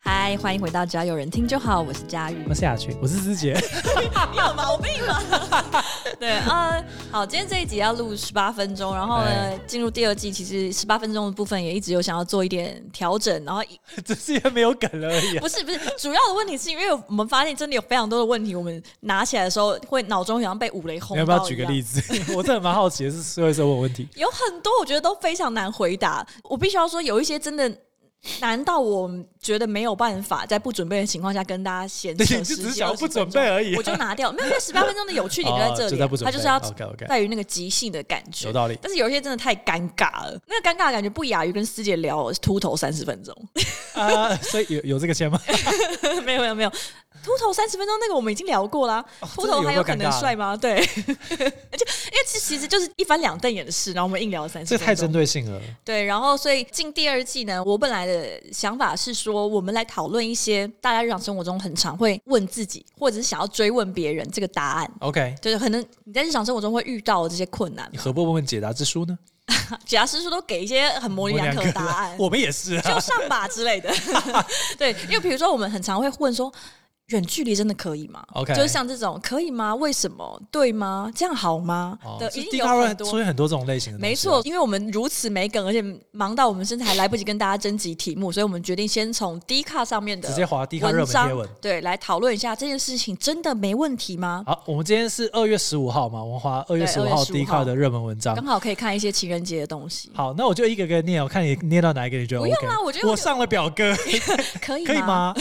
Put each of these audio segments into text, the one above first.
嗨，欢迎回到只要有人听就好，我是佳玉。我是雅群，我是师 姐。你有毛病吗？ 对，呃，好，今天这一集要录十八分钟，然后呢哎，进入第二季，其实十八分钟的部分也一直有想要做一点调整， 然后一只是因为没有梗而已、啊不。是不是，主要的问题是因为我们发现真的有非常多的问题，我们拿起来的时候会脑中好像被五雷轰你到要不要举个一样例子？ 我真的蛮好奇的是，社会社会问题。有很多我觉得都非常难回答。我必须要说，有一些真的 难到我觉得没有办法在不准备的情况下跟大家闲扯对十你就几只是想要二十不准分钟备而已啊我就拿掉。没有，因为十八分 钟的有趣点就在这哦里就在啊不，准它备就是要 OK，OK 在于那个即兴的感觉有。道 理。但是有一些真的太尴尬了，那个尴尬的感觉不亚于跟师姐聊秃头三十分钟。 啊，所以有有这个签吗？哎 没有没有没有，秃头三十分钟那个我们已经聊过啦、哦秃、头还有可能啊帅吗？对，而 且因为其其实就是一翻两瞪眼的事，然后我们硬聊三十这分个钟。太针对性了。对，然后所以进第二季呢，我本来的想法是说，我们来讨论一些大家日常生活中很常会问自己，或者是想要追问别人这个答案。 OK，就是可能你在日常生活中会遇到的这些困难你，何不问问解答之书呢？解答师叔都给一些很模棱两可的答案，我们也是啊。就上吧之类的。 对，因为比如说我们很常会问说，远距离真的可以吗 OK 就是像这种可以吗？为什么？对吗？这样好吗？哦的，是一定地有咖会很多出现很多这种类型的。啊没错，，因为我们如此没梗，而且忙到我们甚至还来不及跟大家征集题目，所以我们决定先从 D 卡上面的直接滑地咖热文门贴章文。对来讨论一下这件事情，真的没问题吗？好，我们今天是二月十五号嘛，我们滑二月十五对号2月15 D 卡的热门文章刚。好可以看一些情人节的东西，好，那我就一个个念，我哦看你念到哪一个你觉得不 OK？用啊我觉得我我上了表格，可以 可以吗？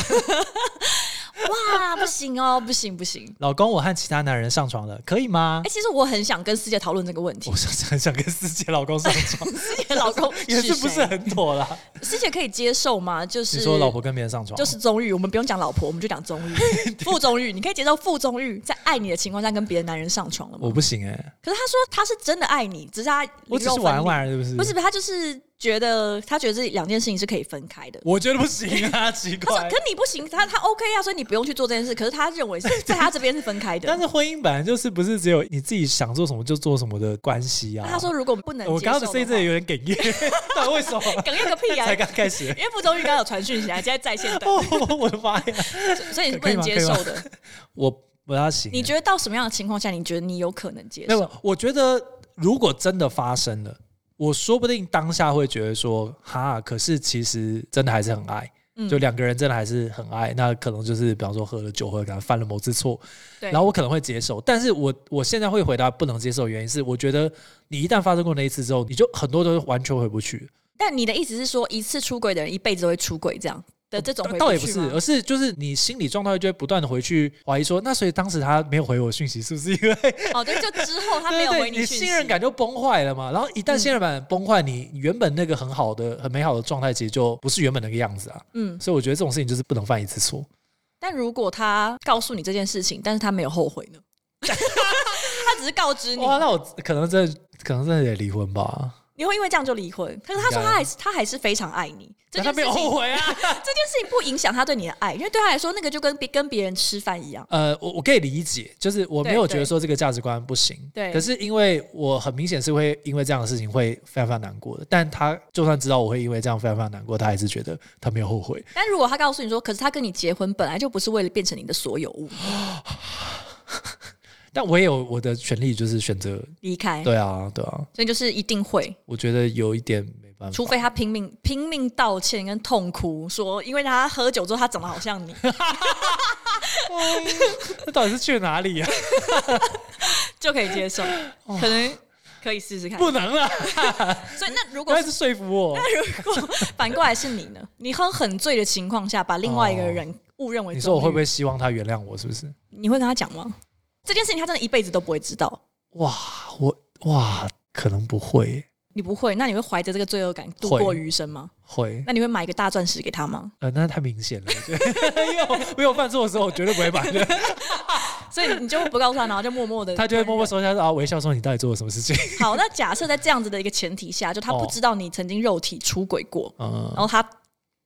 哇，不行哦，不行不行。老公，我和其他男人上床了，可以吗哎、？其实我很想跟师姐讨论这个问题 我，上次很想跟师姐老公上 床，师姐的老公也是不是谁？很妥啦？师姐可以接受吗？就是你说老婆跟别人上床，就是宗玉，我们不用讲老婆，我们就讲宗 玉、傅宗玉。你可以接受傅宗玉在爱你的情况下跟别的男人上床了吗我？不行哎、可是他说他是真的爱你，只是他我只灵肉是分玩离，玩而已，是不是？不是，他就是觉得他觉得这两件事情是可以分开的。我觉得不行啊， 奇他说怪：“可。你不行，他他 OK 啊，所以你不用去做这件事。可是他认为是在他这边是分开 的。但是婚姻本来就是不是只有你自己想做什么就做什么的关系啊。那他说如果不能我接刚受的刚的话，声音真的有点 哽咽， 到底为什么？哽咽个屁啊！ 才刚 开始。因为傅宗玉刚刚有传讯息啊，现在在线 等，哦，我的妈呀！所以你是不可以能吗接可以受吗的。我不大行欸、你觉得到什么样的情况下，你觉得你有可能接没受？有，我觉得如果真的发生了，我说不定当下会觉得说，哈，可是其实真的还是很爱，嗯就两个人真的还是很爱，那可能就是比方说喝了酒或者可能犯了某次错，对然后我可能会接受，但是我我现在会回答不能接受的原因是，我觉得你一旦发生过那一次之后，你就很多都完全回不去，但你的意思是说，一次出轨的人一辈子都会出轨这样的这种回倒也去不是，吗 而是就是你心理状态就会不断的回去怀疑说，那所以当时他没有回我讯息，是不是因为哦，对，就之后他没对有对回对，你讯息，信任感就崩坏了嘛。然后一旦信任感崩坏，你原本那个很好的、很美好的状态，其实就不是原本那个样子啊。嗯。所以我觉得这种事情就是不能犯一次错。但如果他告诉你这件事情，但是他没有后悔呢？ 他只是告知你，哇，那我可能真的可能真的得离婚吧？你会因为这样就离婚。可是他说他还是他还是非常爱你，这啊但件他没事有后情 悔啊。这件事情不影响他对你的爱，因为对他来说，那个就跟别跟别人吃饭一样。呃，我我可以理解，就是我没有对觉得说这个价值观不行，对可是因为我很明显是会因为这样的事情会非常非常难过的，但他就算知道我会因为这样非常非常难过，他还是觉得他没有后悔。但如果他告诉你说，可是他跟你结婚本来就不是为了变成你的所有物，但我也有我的权利，就是选择。离开，对啊，对啊，所以就是一定会，我觉得有一点没办法。除非他拼命拼命道歉跟痛哭，说因为他喝酒之后他长得好像你， 那到底是去 哪里呀、啊就可以接受，可能可以试试看。不能啊了，所以那如不果要一直说服我。反过来是你呢？你喝很醉的情况下，把另外一个人误认为哦你说我会不会？会希望他原谅我？是不是？你会跟他讲吗？这件事情他真的一辈子都不会知道，哇，我哇，可能不会，你不会，那你会怀着这个罪恶感度会过余生 吗？会，那你会买一个大钻石给他吗？呃，那太明显了。我觉得因为我没有犯错的时候，我绝对不会买 的。所以你就不告诉他，然后就默默的， 他就会默默。收下，然后微笑说：“你到底做了什么事情 好，那假设在这样子的一个前提下，就他不哦知道你曾经肉体出轨过？”，嗯然，后他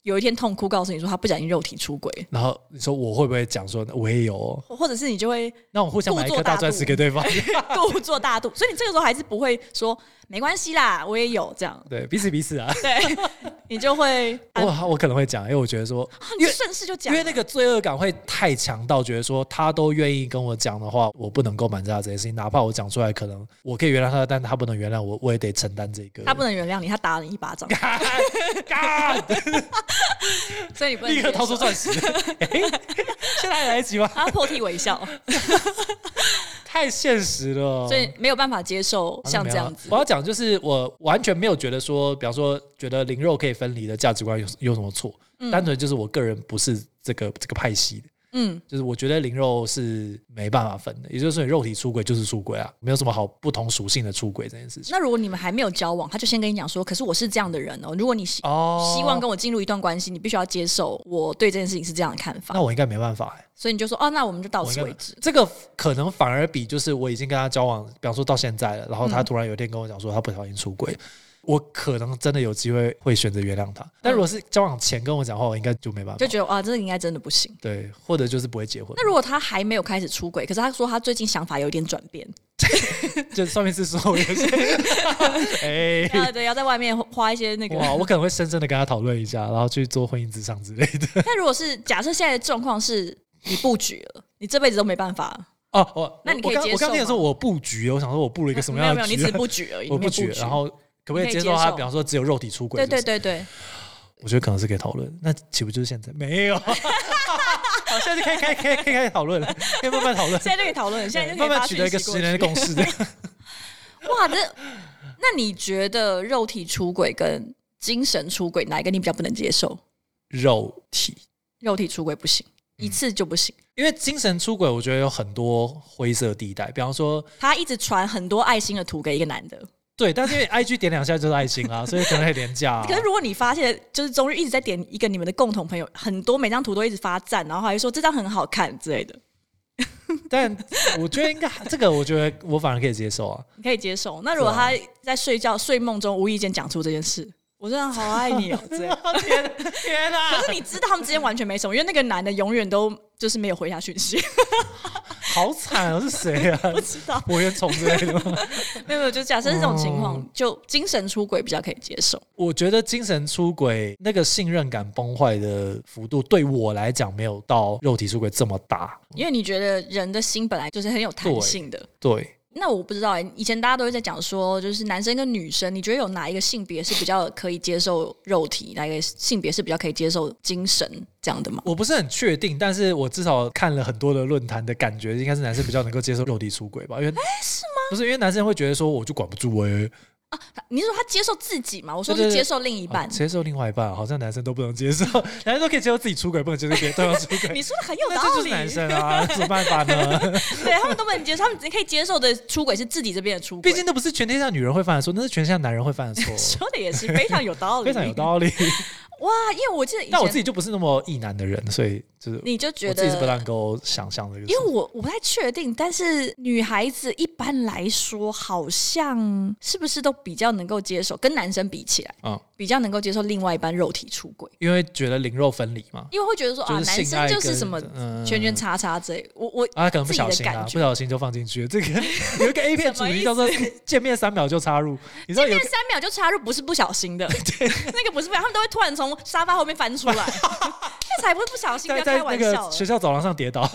有一天痛哭告诉你说他不小心肉体出轨，然后你说我会不会讲说我也有哦？或者是你就会那我互相买一故颗作大 大钻石度给对方。 故作大度，所以你这个时候还是不会说没关系啦，我也有这样，对，彼此彼此啊。 对你就会啊，我我可能会讲，因为我觉得说，你就顺势就因讲为，那个罪恶感会太强到觉得说，他都愿意跟我讲的话，我不能够瞒着他这件事情，哪怕我讲出来，可能我可以原谅他，但他不能原谅我，我也得承担这个。他不能原谅你，他打了你一巴掌，干，干， 所以你不能 立刻接掏出受 钻石。哎，现在还来得及吗？他破涕为笑，太现实了。所以没有办法接受好像这样，没有子。了我要讲就是我完全没有觉得说，比方说觉得灵肉可以分离的价值观有有什么错，单纯就是我个人不是这个这个派系的。嗯，就是我觉得灵肉是没办法分的，也就是说你肉体出轨就是出轨啊，没有什么好不同属性的出轨这件事情。那如果你们还没有交往，他就先跟你讲说，可是我是这样的人哦，如果你希哦希望跟我进入一段关系，你必须要接受我对这件事情是这样的看法那，我应该没办法、欸，所以你就说哦，那我们就到我此应该为止。这个可能反而比就是我已经跟他交往，比方说到现在了，然嗯后他突然有一天跟我讲说他不小心出轨。我可能真的有机会会选择原谅他，但如果是交往前跟我讲话，我应该就没办法就。觉得啊，这个应该真的不行。对，或者就是不会结婚。那如果他还没有开始出轨，可是他说他最近想法有点转变，就上面是说我也 是，哎、啊，对，要在外面花一些那个。哇，哦我可能会深深的跟他讨论一下，然后去做婚姻之商之类的。但如果是假设现在的状况是你布局了，你这辈子都没办法，哦，我那你可以我刚接我刚受听的时候吗我布局，我想说我布了一个什没么有样没的有，局你啊？只布局而已，我你没有布局，局然后可不可你可以以接接受他？受比方说只有肉体出轨，对对，对对，我觉得可能是可以讨论。那岂不就是现在？没有，好，现在就可以开可以可以开始讨论了，可以慢慢讨论，现在就可以讨 论，现在就可慢以发慢取得一个讯息十过去年的共识。哇，这那你觉得肉体出轨跟精神出轨哪一个你比较不能接受？肉体，肉体出轨不行，一次就不行。因为精神出轨，我觉得有很多灰色地带。比方说，他一直传很多爱心的图给一个男的，对，但是因为 IG 点两下就是爱心啊，所以可能很廉价、啊 可。是如果你发现就是终于一直在点一个你们的共同朋友，很多每张图都一直发赞，然后还说这张很好看之类的，但我觉得应该这个，我觉得我反而可以 接受啊。你可以接受。那如果啊他在睡觉、睡梦中无意间讲出这件事，我真的好爱你哦之类的。 天哪、可是你知道他们之间完全没什么，因为那个男的永远都就是没有回他讯息，好惨啊！是谁啊？ 不 知道。火焰虫之类的吗？没有没有，就假设是这种情况，哦就精神出轨比较可以接受。 我觉得精神出轨那个信任感崩坏的幅度，对我来讲没有到肉体出轨这么大。因为你觉得人的心本来就是很有弹性的。嗯对，那我不知道、欸，以前大家都会在讲说，就是男生跟女生，你觉得有哪一个性别是比较可以接受肉体，哪一个性别是比较可以接受精神这样的吗？我不是很确定，但是我至少看了很多的论坛的感觉，应该是男生比较能够接受肉体出轨吧？因为、是吗？不是，因为男生会觉得说我就管不住哎、你是说他接受自己吗？我说对是对对接受另一半啊。接受另外一半，好像男生都不能接受， 男生都可以接受自己出轨，不能接受别人对方出 轨。你说的很有那道这就是理，男生啊，有什么办法呢？ 对他们都不能接受，他们只可以接受的出轨是自己这边的出轨。毕竟那不是全天下女人会犯的错，那是全天下男人会犯的错，说的也是非常有道理，非常有 道理。哇！因为我记得以但我自前己就不是那么意男的人，所以就是你就觉我自己是不得能够想象这个事。因为我我不太确定，但是女孩子一般来说好像是不是都比较能够接受，跟男生比起来，嗯，比较能够接受另外一半肉体出轨，因为觉得灵肉分离嘛，因为会觉得说啊，是男性爱生跟就是什么嗯圈圈叉叉之类，我我啊，可能不小自己心的啊感，觉不小心就放进去了。这 个有一个 A 片主什么意题思叫做“ 见面三秒就插入”，你知道有那三秒就插入不是不小心 的， 那个不是不小心，他们都会突然从沙发后面翻出来，那才不是不小心，不在要在开那玩个笑学了，校走廊上跌 倒，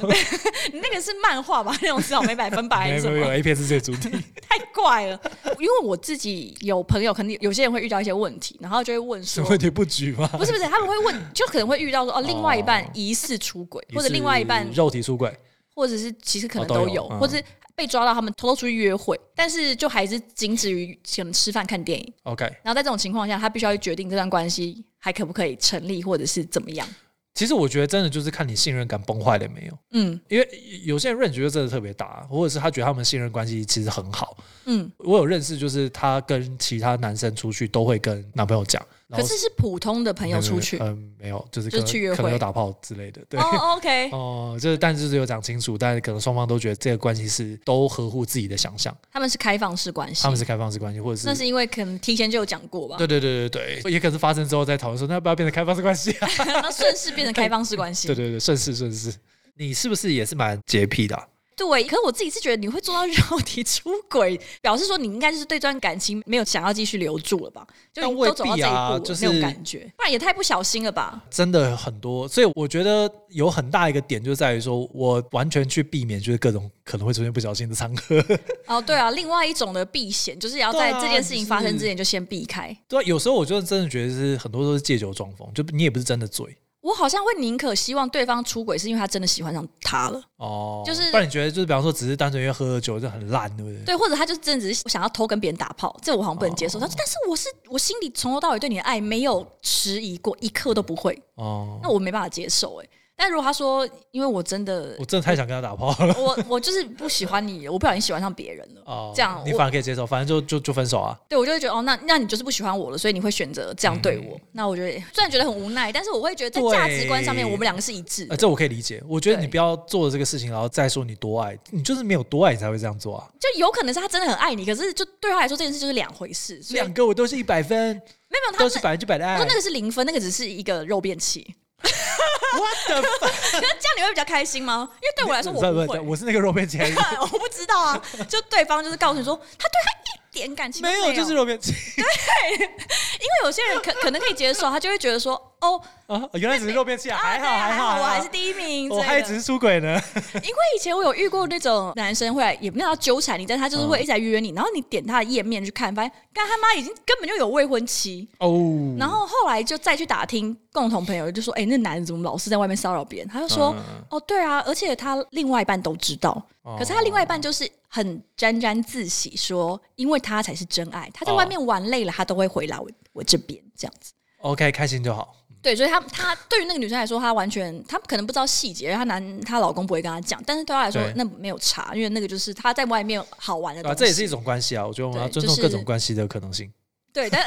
你那个是漫画吧？那种至少没百分百还没是有什没么有？A 片是这个主 题。太怪了，因为我自己有朋友，可能有些人会遇到一些问题，然后就会问什说么，问题不举吗？不是不是，他们会问，就可能会遇到说哦，另外一半疑似出轨， 或者另外一半是，肉体出轨，或者是其实可能哦都有都有，嗯或者是被抓到他们偷偷出去约会，但是就还是仅止于可能吃饭看电影。 OK，然后在这种情况下，他必须要决定这段关系还可不可以成立，或者是怎么样。其实我觉得真的就是看你信任感崩坏了没有，嗯因为有些人认觉得真的特别大，或者是他觉得他们信任关系其实很好。嗯，我有认识，就是他跟其他男生出去都会跟男朋友讲，然可后是是普通的朋友出去。嗯、没有，就是就可是能去约会可能有打炮之类的，对。哦，OK，哦，就是，但是就是有讲清楚，但是可能双方都觉得这个关系是都合乎自己的想象，他们是开放式关系他，们是开放式关系，或者是那是因为可能提前就有讲过吧，对对对对对，也可能是发生之后再讨论说，那要不要变成开放式关系啊？那顺势变成开放式关系对。对对，顺势顺势。你是不是也是蛮洁癖的啊、对，可是我自己是觉得你会做到肉体出轨，表示说你应该就是对这段感情没有想要继续留住了吧？就已经但未都走到这一必步啊了，就是那种感觉，不然也太不小心了吧？真的很多，所以我觉得有很大一个点就在于说，我完全去避免就是各种可能会出现不小心的场合。哦，对啊，另外一种的避嫌就是要在对啊这件事情发生就是之前就先避开。对啊、有时候我就真的觉得是很多都是借酒装疯，就你也不是真的醉我好像会宁可希望对方出轨，是因为他真的喜欢上他了，哦，就是不然你觉得就是比方说只是单纯因为喝喝酒就很烂，对不对？对，或者他就真的只是想要偷跟别人打炮，这我好像不能哦接受。他说，但是我是我心里从头到尾对你的爱没有迟疑过，一刻都不会，哦，那我没办法接受、欸。哎，但如果他说，因为我真的我真的太想跟他打炮了。我我就是不喜欢你，我不小心喜欢上别人了。哦， 这样你我反而可以接受，反正就就就分手啊。对，我就会觉得哦，那那你就是不喜欢我了，所以你会选择这样对我。那我觉得虽然觉得很无奈，但是我会觉得在嗯对价值观上面我们两个是一致的呃，这我可以理解。我觉得你对不要做这个事情，然后再说你多爱，你就是没有多爱，你才会这样做啊。就有可能是他真的很爱你，可是就对他来说这件事就是两回事。所以两个我都是一百分，没有没有，他都那是百分之百的爱。我说那个是零分，那个只是一个肉便器。 What the fuck？那这样你会比较开心吗？因为对我来说我不是不不会是，我是那个肉片 机，我不知道啊。就对方就是告诉你说他对他一点感情都没有，有，就是肉片机因为有些人可可能可以接受，他就会觉得说哦，啊，原来只是肉片机啊，还对好还好，我还是第一名之类的，我还只是出轨呢。因为以前我有遇过那种男生会来，也不要纠缠你，但他就是会一直来约嗯你，然后你点他的页面去看，发现干他妈已经根本就有未婚妻，哦然后后来就再去打听共同朋友，就说：“哎、那男的怎么老是在外面骚扰别人？”他就说：“哦，对啊，而且他另外一半都知道，嗯哦可是他另外一半就是很沾沾自喜，说因为他才是真爱，他在外面玩累了，他都会回来我我这边这样子。” OK，开心就好。对，所以他他对于那个女生来说，她完全她可能不知道细节，她男她老公不会跟她讲，但是对她来说对那没有差，因为那个就是她在外面好玩的对啊，东这也西。是一种关系啊。我觉得我们要对尊就重各是啊种关系的可能性，对，但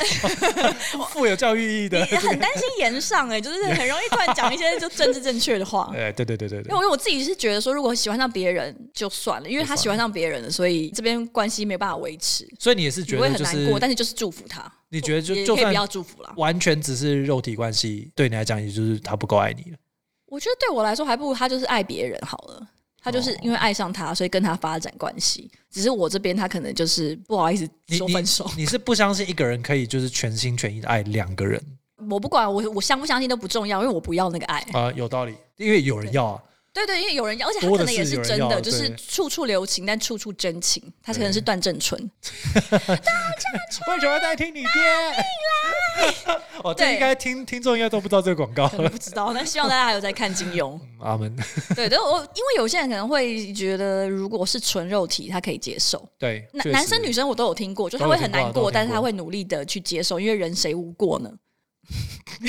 富有教育意义的。也很担心言上哎、就是很容易突然讲一些就政治正确的话。哎，对对对对啊因为对，我因为我自己是觉得说，如果喜欢上别人就算了，因为他就算了喜欢上别人了，所以这边关系没办法维持，所以你也是觉你会得很就难过，是但是就是祝福他。你觉得就也就可以算不要祝福啦。完全只是肉体关系，对你来讲也就是他不够爱你了。我觉得对我来说，还不如他就是爱别人好了。他哦就是因为爱上他，所以跟他发展关系。只是我这边他可能就是不好意思你说你分手。你是不相信一个人可以就是全心全意的爱两 个人我不管我我相不相信都不重要，因为我不要那个爱。啊、有道理，因为有人要啊。对对，因为有人要，而且他多可的能也是是有人真要的，的就是对处处留情，但处处真情。他可能是段正淳，为什么在听你爹？ 哦，这对应该听听众应该都不知道这个广告可能不知道，但希望大家还有在看金 庸。嗯阿门，对，但我因为有些人可能会觉得，如果是纯肉体，他可以接受。对，男确男实生女生我都有听过，就他都会有听很过啊难都有过，听但是他过会努力的去接受，因为人谁无过呢？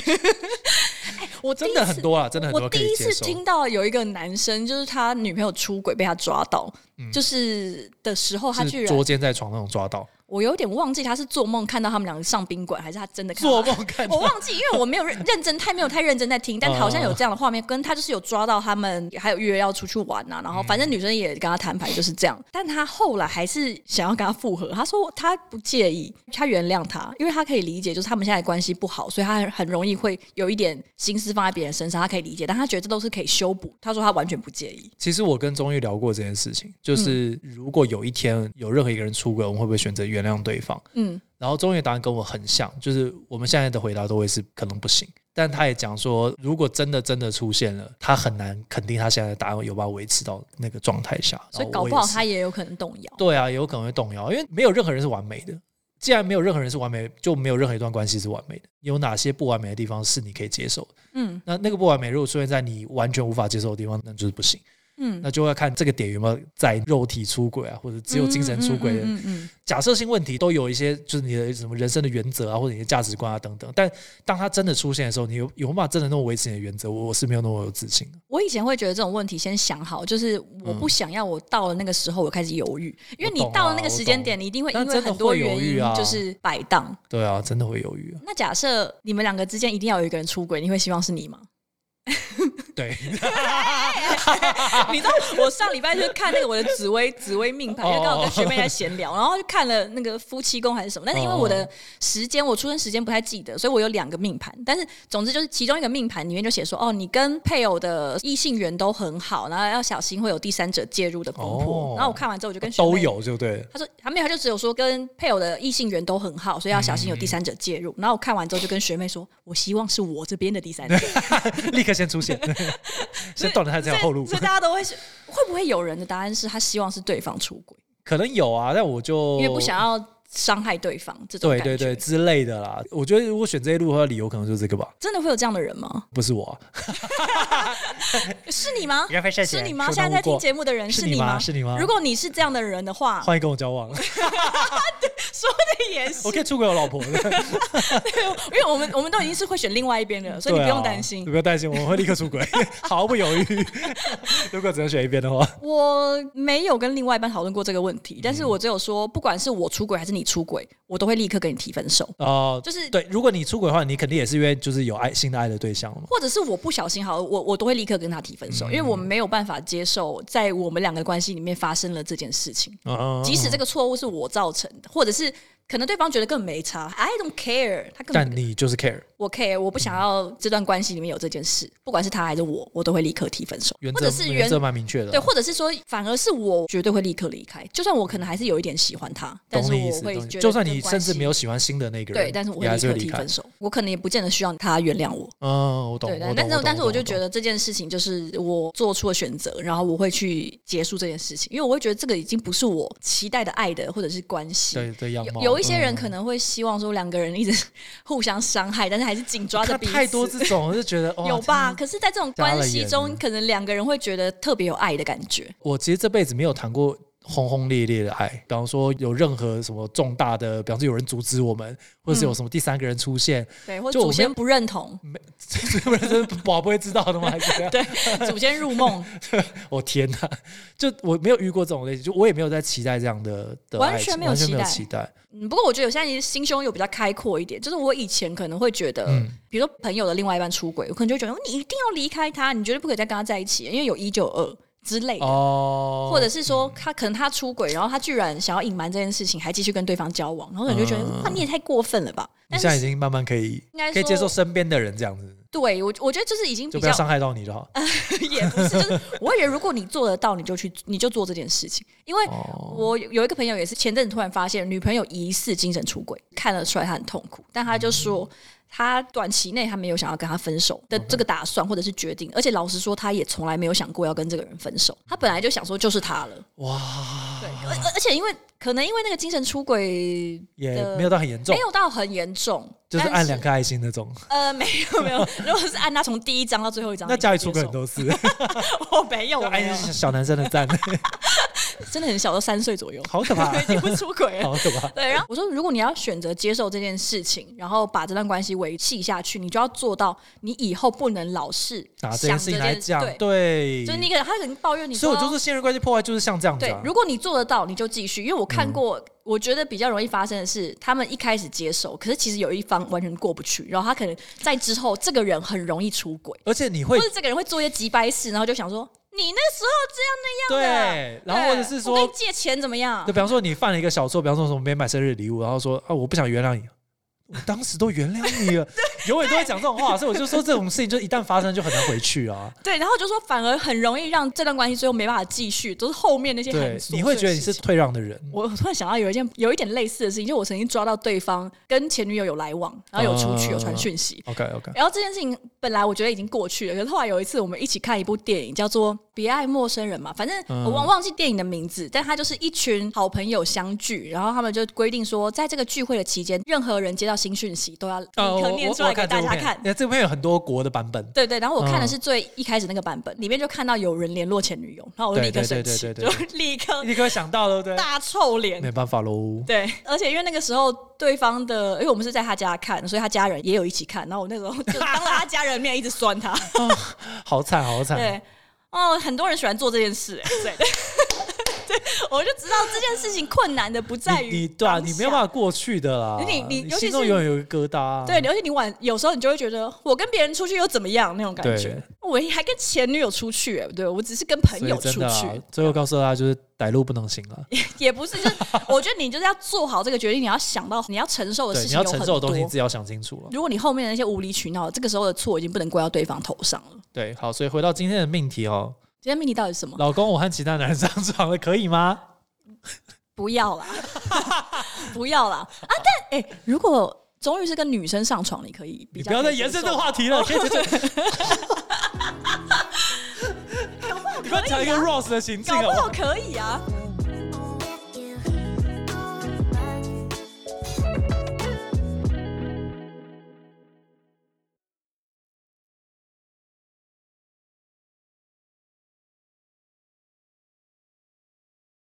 哎我第一次真的很多啊，真的很多我可第以一接次受。听到有一个男生，就是他女朋友出轨被他抓到，就是的时候，他居嗯是然捉奸在床那种抓 到，我有点忘记他是做梦看到他们两个上宾馆，还是他真的看到做他梦看我忘记，因为我没有认认真太没有太认真在听，但好哦像有这样的画面，跟他就是有抓到他们还有约要出去玩啊，然后嗯反正女生也跟他摊牌就是这样，但他后来还是想要跟他复合，他说他不介意，他原谅他，因为他可以理解，就是他们现在关系不好，所以他很容易会有一点心思放在别人身上，他可以理解，但他觉得这都是可以修补，他说他完全不介意， 其实我跟钟玉聊过这件事情，就是如果有一天有任何一个人出轨，我们会不会选择原谅对方？嗯，然后钟玉的答案跟我很像，就是我们现在的回答都会是可能不行。但他也讲说，如果真的真的出现了，他很难肯定他现在的答案有办法维持到那个状态下。所以然后搞哦我不好也是他也有可能动摇，对啊，有可能会动摇，因为没有任何人是完美的。既然没有任何人是完美，就没有任何一段关系是完美的。有哪些不完美的地方是你可以接受的？嗯那那个不完美，如果出现在你完全无法接受的地方，那就是不行。嗯，那就要看这个点有没有在肉体出轨啊，或者只有精神出轨的嗯嗯嗯嗯嗯假设性问题，都有一些就是你的什么人生的原则啊，或者你的价值观啊等等。但当它真的出现的时候，你有有办法真的那么维持你的原则？我我是没有那么有自信的。我以前会觉得这种问题先想好，就是我不想要我到了那个时候我开始犹豫，因为你嗯我懂啊到了那个时间点，你一定会因但为真的很多会原犹豫因啊就是摆荡。对啊，真的会 犹豫、啊。那假设你们两个之间一定要有一个人出轨，你会希望是你吗？对， 你知道我上礼拜就看那个我的紫薇紫薇命哦盘，因为刚好跟学妹在闲聊，然后就看了那个夫妻宫还是什么，但是因为我的时间我出生时间不太记得，所以我有两个命盘，但是总之就是其中一个命盘里面就写说，哦，你跟配偶的异性缘都很好，然后要小心会有第三者介入的风波。哦然后我看完之后我就跟学妹 都有，就对了。他说还没有，他就只有说跟配偶的异性缘都很好，所以要小心有第三者介入。然后我看完之后就跟学妹说，我希望是我这边的第三者， 立刻先出现， 先断了他才有后路所以。所以大家都会是会不会有人的答案是他希望是对方出轨， 可能有啊，但我就因为不想要伤害对方这种对感觉。对对，之类的啦。我觉得如果选这一路的话，理由可能就是这个吧，真的会有这样的人吗？不是我啊、是你吗你？看费善姐是你吗？说现在在她无听过节目的人是是你你吗吗？是你吗如果你是这样的人的话，欢迎跟我交往，说的 也是 我，可以出轨我老 婆的，因为我们我们都已经是会选另外一边的，所以你不用担对啊心你。不用担心，我会立刻出轨， 毫不犹豫。如果只能选一边的话，我没有跟另外一半讨论过这个问题，但是嗯我只有说，不管是我出轨还是你出轨，我都会立刻跟你提分手，哦、就是对，如果你出轨的话，你肯定也是因为就是有爱新的爱的对象了嘛。或者是我不小心好了，我我都会立刻跟他提分嗯手，因为我没有办法接受在我们两个的关系里面发生了这件事情，嗯，即使这个错误是我造成的，或者是可能对方觉得更没差，I don't care，他根嗯但嗯本你就是 care，我 care，我不想要这段关系里面有这件事，不管是他还是我，我都会立刻提分手，原或则者是原原则蛮明确的啊。对，或者是说，反而是我绝对会立刻离开，就算我可能还是有一点喜欢他，但啊懂是你意我思，会懂你觉得就算这你关甚至系没有喜欢新的那个人，对，但是我你会还立是刻会离提开分。手，我可能也不见得需要他原谅我。嗯，我懂。对，我但懂但是懂但是我就懂觉得这件事情就是我做出了选择，然后我会去结束这件事情，因为我会觉得这个已经不是我期待的爱的或者是关系。对对样貌有有一些人嗯可能会希望说两个人一直互相伤害，但是还是紧抓我着看彼此。太多这种，我就觉得哦哇有天吧？可是，在这种加了关系盐中，可能两个人会觉得特别有爱的感觉。我其实这辈子没有谈过轰轰烈烈的爱，比方说有任何什么重大的，比方说有人阻止我们，嗯或者是有什么第三个人出现， 对，或就我祖们先不认同，不然真的宝不会知道的吗？还是怎样对，嗯祖先入梦， 我天哪，就我没有遇过这种类型，就我也没有在期待这样的的完爱情全没有完全没有期待期待。嗯，不过我觉得我现在心胸有比较开阔一点，就是我以前可能会觉得，嗯比如说朋友的另外一半出轨，我可能就会觉得哦你一定要离开他，你绝对不可以再跟他在一起，因为有一就二之类的。哦，或者是说他可能他出轨，然后他居然想要隐瞒这件事情，还继续跟对方交往，然后你就觉得、嗯哇，你也太过分了吧？你但现在已是经慢慢可以应该可以接受说，身边的人这样子，对我我觉得就是已经就比不较要伤害到你就好。 也不是，就是我会觉得如果你做得到，你就去你就做这件事情，因为哦，我有有一个朋友也是前阵子突然发现女朋友疑似精神出轨，看得出来他很痛苦，但嗯他就说他短期内他没有想要跟他分手的这个打算或者是决定，而且老实说他也从来没有想过要跟这个人分手，他本来就想说就是他了，哇，对，而而而且因为可能因为那个精神出轨也的没有到很严重呃没，有到很严重，就是但按两颗爱心那种。呃没有没有，如果是按他从第一章到最后一章，那家里出轨轨很多次， 我哦没有，我没爱有，心小男生的 赞， 真的很小，都三岁左右，好可怕，已经不出轨了。好可怕。对，然后我说，如果你要选择接受这件事情，然后把这段关系维系下去，你就要做到，你以后不能老是拿这想件事情来件讲，对，对，就是你可能他可能抱怨你所以说，我就说信任关系破坏就是像这样嗯子对啊，。如果你做得到，你就继续。因为我看过，我觉得比较容易发生的是，他们一开始接受，可是其实有一方完全过不去，然后他可能在之后，这个人很容易出轨，而且你会或者这个人会做一些急掰事，然后就想说，你那时候这样那样的，对，然后或者是我说跟你，借钱怎么样就？比方说你犯了一个小错，比方说什么没买生日礼物，然后说啊我不想原谅你，我当时都原谅你了，永远都会讲这种话，所以我就说这种事情就一旦发生就很难回去啊。对，然后就说反而很容易让这段关系最后没办法继续，都是后面那些很对琐，碎的你会觉得你是事情。退让的人，我突然想到有一件有一点类似的事情，就我曾经抓到对方跟前女友有来往，然后有出去啊有传讯息， OK OK，然后这件事情本来我觉得已经过去了，可是后来有一次我们一起看一部电影，叫做《别爱陌生人》嘛，反正嗯我忘忘记电影的名字，但它就是一群好朋友相聚，然后他们就规定说，在这个聚会的期间，任何人接到新讯息都要立呃，刻我念出我来我给看这大部家片看，。那这部片有很多国的版本，对对，然后我看的嗯是最一开始那个版本，里面就看到有人联络前女友，然后我就立刻对对生对气，对就对立刻你可以想到对不对？呃大臭脸没。办法喽。对，而且因为那个时候对方的，因为我们是在他家看，所以他家人也有一起看，然后我那时候 就当着他家人面一直酸他。好惨，好惨！欸对，哦，很多人喜欢做这件事、哎，对。对我就知道这件事情困难的不在于你你对啊，当你下没有办法过去的啦。你你尤其心中是永远有一个疙瘩啊。对，而且你晚有时候你就会觉得，我跟别人出去又怎么样那种感觉对。我还跟前女友出去、欸，对我只是跟朋所以友真出的去啊，最后告诉大家就是歹路不能行了。也不是。就是我觉得你就是要做好这个决定，你要想到你要承受的对，事你情要有很承多。受的东西自己要想清楚了。 如果你后面的那些无理取闹，这个时候的错已经不能怪到对方头上了。对，好，所以回到今天的命题哦，今天命题到底是什 么？老公，我和其他男人上床了，可以吗？不要啦， 不要啦啊！但哎、欸如果终于是跟女生上床，你可 以比你较不要再可以接延伸受这个 话题了，可以直接。 你不要讲一个 Rose 的情搞境好不不好好可以啊。